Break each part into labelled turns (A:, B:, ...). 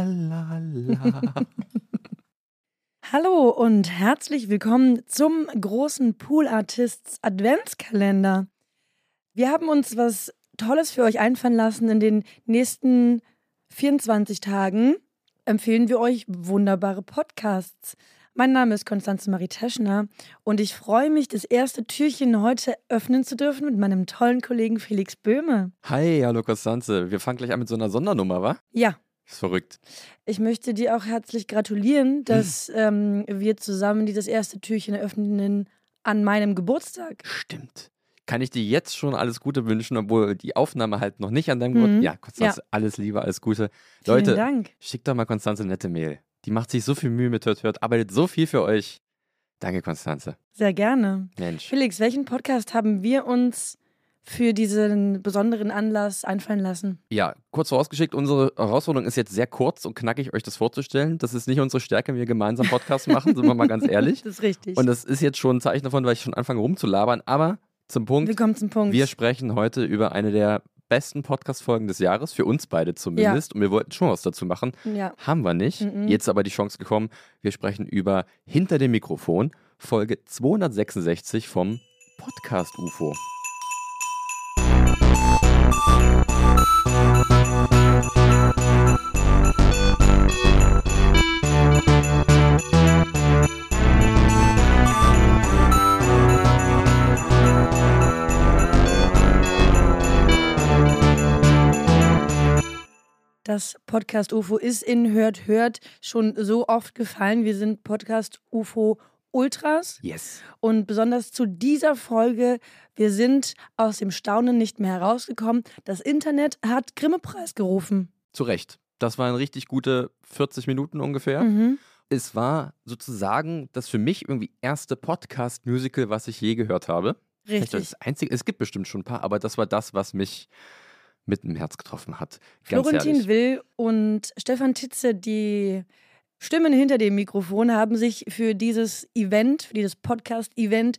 A: Falalalalalalalala.
B: Hallo und herzlich willkommen zum großen Pool Artists Adventskalender. Wir haben uns was Tolles für euch einfallen lassen in den nächsten 24 Tagen. Empfehlen wir euch wunderbare Podcasts. Mein Name ist Konstanze Marie Teschner und ich freue mich, das erste Türchen heute öffnen zu dürfen mit meinem tollen Kollegen Felix Böhme.
A: Hi, hallo Konstanze. Wir fangen gleich an mit so einer Sondernummer, wa?
B: Ja,
A: Ist verrückt.
B: Ich möchte dir auch herzlich
A: Hm.
B: gratulieren, dass ähm, wir zusammen dieses erste Türchen eröffnen an meinem Geburtstag.
A: Stimmt. Kann ich dir jetzt schon alles Gute wünschen, obwohl die Aufnahme halt noch nicht an deinem
B: Mhm.
A: Grund. Ja, Konstanze, alles Liebe, alles Gute. Leute,
B: Vielen Dank.
A: schickt doch mal Konstanze eine nette Mail. Die macht sich so viel Mühe mit Hört Hört, arbeitet so viel für euch. Danke, Konstanze.
B: Sehr gerne.
A: Mensch.
B: Felix, welchen Podcast haben wir uns für diesen besonderen Anlass einfallen lassen?
A: Ja, kurz vorausgeschickt, unsere Herausforderung ist jetzt sehr kurz und knackig, euch das vorzustellen. Das ist nicht unsere Stärke, wenn wir gemeinsam Podcasts machen, sind wir mal ganz ehrlich.
B: Das ist richtig.
A: Und das ist jetzt schon ein Zeichen davon, weil ich schon anfange rumzulabern. Aber zum
B: wir
A: Punkt,
B: kommen zum Punkt.
A: wir sprechen heute über eine der besten Podcast-Folgen des Jahres, für uns beide zumindest. Und wir wollten schon was dazu machen.
B: ja.
A: Haben wir nicht.
B: Mhm.
A: Jetzt aber die Chance gekommen. Wir sprechen über Hinter dem Mikrofon, Folge 266 vom Podcast UFO.
B: Das Podcast UFO ist in Hört Hört schon so oft gefallen. Wir sind Podcast UFO Ultras.
A: Yes.
B: Und besonders zu dieser Folge, wir sind aus dem Staunen nicht mehr herausgekommen. Das Internet hat Grimme-Preis gerufen.
A: Zu Recht. Das waren richtig gute 40 Minuten ungefähr.
B: Mhm.
A: Es war sozusagen das für mich irgendwie erste Podcast-Musical, was ich je gehört habe. Vielleicht
B: Richtig.
A: Das einzige, es gibt bestimmt schon ein paar, aber das war das, was mich mit dem Herz getroffen hat. Ganz
B: Florentin
A: ehrlich.
B: Will und Stefan Titze, die Stimmen hinter dem Mikrofon, haben sich für dieses Event, für dieses Podcast-Event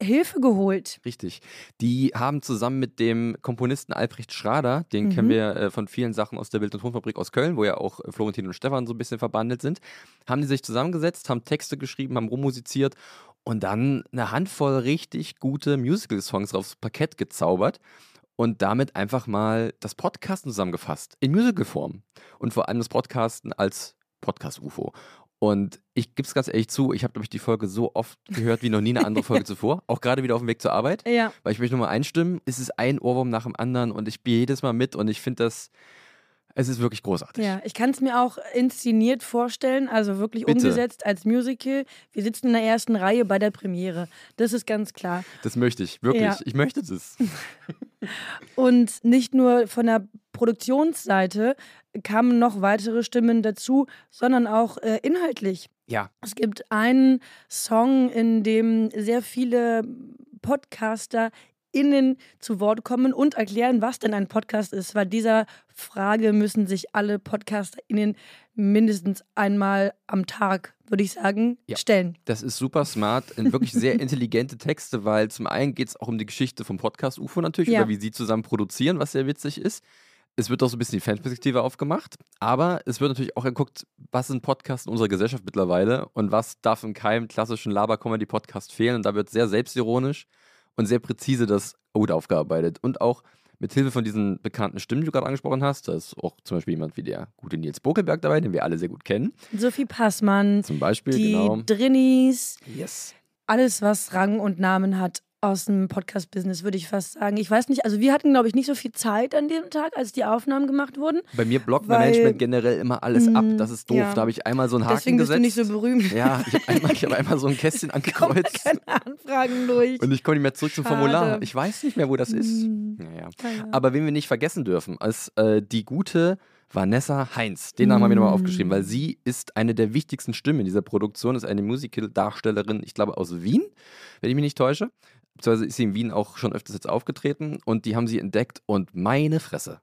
B: Hilfe geholt.
A: Richtig. Die haben zusammen mit dem Komponisten Albrecht Schrader, den
B: Mhm.
A: kennen wir äh, von vielen Sachen aus der Bild- und Tonfabrik aus Köln, wo ja auch äh, Florentin und Stefan so ein bisschen verbandelt sind, haben die sich zusammengesetzt, haben Texte geschrieben, haben rummusiziert und dann eine Handvoll richtig gute Musical-Songs aufs Parkett gezaubert und damit einfach mal das Podcasten zusammengefasst in Musical-Form und vor allem das Podcasten als Podcast-UFO. Und ich gebe es ganz ehrlich zu, ich habe, glaube ich, die Folge so oft gehört wie noch nie eine andere Folge zuvor, auch gerade wieder auf dem Weg zur Arbeit
B: Ja.
A: weil ich möchte nochmal einstimmen, es ist ein Ohrwurm nach dem anderen und ich gehe jedes Mal mit und ich finde das, es ist wirklich großartig.
B: Ja, ich kann es mir auch inszeniert vorstellen, also wirklich
A: Bitte.
B: umgesetzt als Musical. Wir sitzen in der ersten Reihe bei der Premiere. Das ist ganz klar.
A: Das möchte ich, wirklich.
B: Ja.
A: Ich möchte das.
B: Und nicht nur von der Produktionsseite kamen noch weitere Stimmen dazu, sondern auch äh, inhaltlich.
A: Ja,
B: Es gibt einen Song, in dem sehr viele Podcaster innen zu Wort kommen und erklären, was denn ein Podcast ist, weil dieser Frage müssen sich alle PodcasterInnen mindestens einmal am Tag, würde ich sagen,
A: Ja.
B: stellen.
A: das ist super smart, in wirklich sehr intelligente Texte, weil zum einen geht es auch um die Geschichte vom Podcast UFO natürlich,
B: Ja.
A: über wie sie zusammen produzieren, was sehr witzig ist. Es wird auch so ein bisschen die Fansperspektive aufgemacht, aber es wird natürlich auch geguckt, was sind Podcasts in unserer Gesellschaft mittlerweile und was darf in keinem klassischen Laber-Comedy-Podcast fehlen. Und da wird sehr selbstironisch und sehr präzise das gut aufgearbeitet. Und auch mit Hilfe von diesen bekannten Stimmen, die du gerade angesprochen hast, da ist auch zum Beispiel jemand wie der gute Nils Bokelberg dabei, den wir alle sehr gut kennen.
B: Sophie Passmann,
A: Zum Beispiel,
B: die
A: genau.
B: Drinnies,
A: Yes.
B: alles, was Rang und Namen hat aus dem Podcast-Business, würde ich fast sagen. Ich weiß nicht, also wir hatten, glaube ich, nicht so viel Zeit an dem Tag, als die Aufnahmen gemacht wurden.
A: Bei mir blockt
B: Weil-
A: mein Management generell immer alles ab.
B: Mm,
A: Das ist doof.
B: ja.
A: Da habe ich einmal so einen Haken
B: Deswegen bist
A: gesetzt.
B: du nicht so berühmt.
A: ja, ich habe einmal, ich hab einmal so ein Kästchen angekreuzt
B: Keine Anfragen durch.
A: und ich komme nicht mehr zurück zum
B: Schade.
A: Formular. Ich weiß nicht mehr, wo das ist.
B: Mm.
A: Naja.
B: Naja.
A: Aber wen wir nicht vergessen dürfen, ist äh, die gute Vanessa Heinz. Den Namen haben wir nochmal
B: Mm.
A: aufgeschrieben, weil sie ist eine der wichtigsten Stimmen in dieser Produktion, ist eine Musical-Darstellerin, ich glaube aus Wien, wenn ich mich nicht täusche. Beziehungsweise ist sie in Wien auch schon öfters jetzt aufgetreten und die haben sie entdeckt und meine Fresse.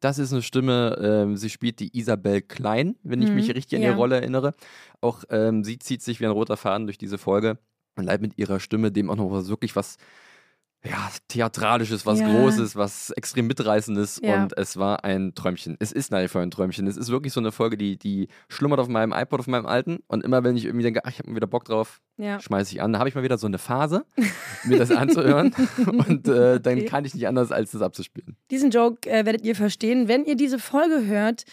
A: Das ist eine Stimme, ähm, sie spielt die Isabel Klein, wenn ich
B: Mhm,
A: mich richtig an
B: ja.
A: ihre Rolle erinnere. Auch ähm, sie zieht sich wie ein roter Faden durch diese Folge und leiht mit ihrer Stimme dem auch noch was, wirklich was ja, Theatralisches, was
B: Ja.
A: Großes, was extrem Mitreißendes.
B: Ja.
A: Und es war ein Träumchen. Es ist nach wie vor ein Träumchen. Es ist wirklich so eine Folge, die, die schlummert auf meinem iPod, auf meinem alten. Und immer, wenn ich irgendwie denke, ach, ich habe mal wieder Bock drauf,
B: Ja.
A: schmeiße ich an. Da habe ich mal wieder so eine Phase, mir das anzuhören. Und äh, dann
B: Okay.
A: kann ich nicht anders, als das abzuspielen.
B: Diesen Joke äh, werdet ihr verstehen, wenn ihr diese Folge hört.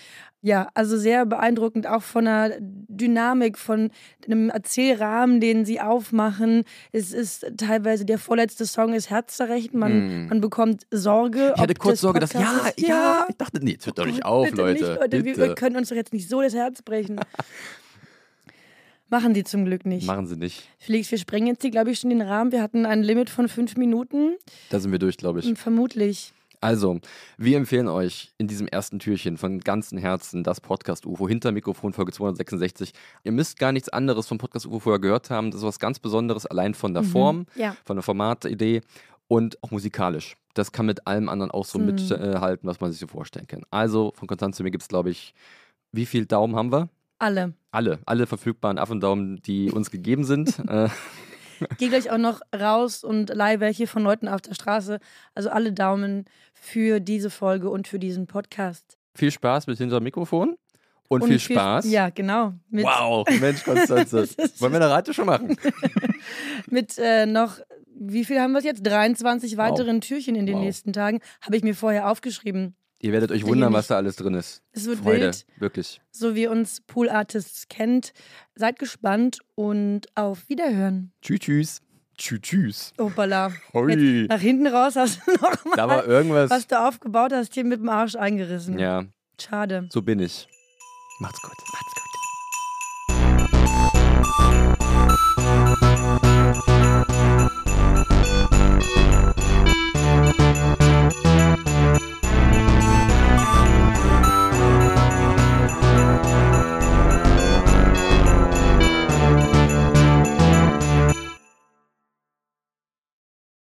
B: Ja, also sehr beeindruckend, auch von der Dynamik, von einem Erzählrahmen, den sie aufmachen. Es ist teilweise der vorletzte Song ist herzzerrecht, man,
A: Mm.
B: man bekommt Sorge.
A: Ich hatte
B: ob
A: kurz
B: des
A: Sorge, dass, ja,
B: Podcasts- Oh
A: ja, ich dachte, nee, es hört doch nicht auf,
B: bitte
A: Leute.
B: Nicht, Leute. Wir, wir
A: bitte.
B: können uns doch jetzt nicht so das Herz brechen. Machen die zum Glück nicht.
A: Machen sie nicht.
B: Felix, wir sprengen jetzt hier, glaube ich, schon den Rahmen. Wir hatten ein Limit von fünf Minuten.
A: Da sind wir durch, glaube ich.
B: Vermutlich.
A: Also, wir empfehlen euch in diesem ersten Türchen von ganzem Herzen das Podcast UFO hinter Mikrofon Folge 266. Ihr müsst gar nichts anderes vom Podcast UFO vorher gehört haben. Das ist was ganz Besonderes, allein von
B: Mhm.
A: der Form,
B: Ja.
A: von der Formatidee und auch musikalisch. Das kann mit allem anderen auch so
B: Mhm.
A: mithalten, was man sich so vorstellen kann. Also, von Konstanz zu mir gibt es, glaube ich, wie viel Daumen haben wir?
B: Alle.
A: Alle, alle verfügbaren Affendaumen, die uns gegeben sind. äh,
B: Geh gleich auch noch raus und leih welche von Leuten auf der Straße. Also alle Daumen für diese Folge und für diesen Podcast.
A: viel Spaß mit hinterm Mikrofon und, viel Spaß.
B: Ja, genau. Mit,
A: Wow, Mensch, Konstanze.
B: Das ist-
A: Wollen wir eine Rate schon machen?
B: mit äh, noch, wie viel haben wir jetzt? 23
A: Wow.
B: weiteren Türchen in den
A: Wow.
B: nächsten Tagen. Habe ich mir vorher aufgeschrieben.
A: Ihr werdet euch
B: Hier
A: wundern,
B: nicht.
A: was da alles drin ist.
B: Es wird
A: Freude,
B: wild,
A: wirklich.
B: so wie uns Pool Artists kennt. Seid gespannt und auf Wiederhören.
A: Tschüss, tschüss. Tschüss, tschüss.
B: Opala.
A: Hoi.
B: Jetzt nach hinten raus hast du
A: Da war
B: nochmal,
A: irgendwas.
B: was du aufgebaut hast, hier mit dem Arsch eingerissen.
A: Ja,
B: Schade.
A: so bin ich. Macht's gut. Macht's gut.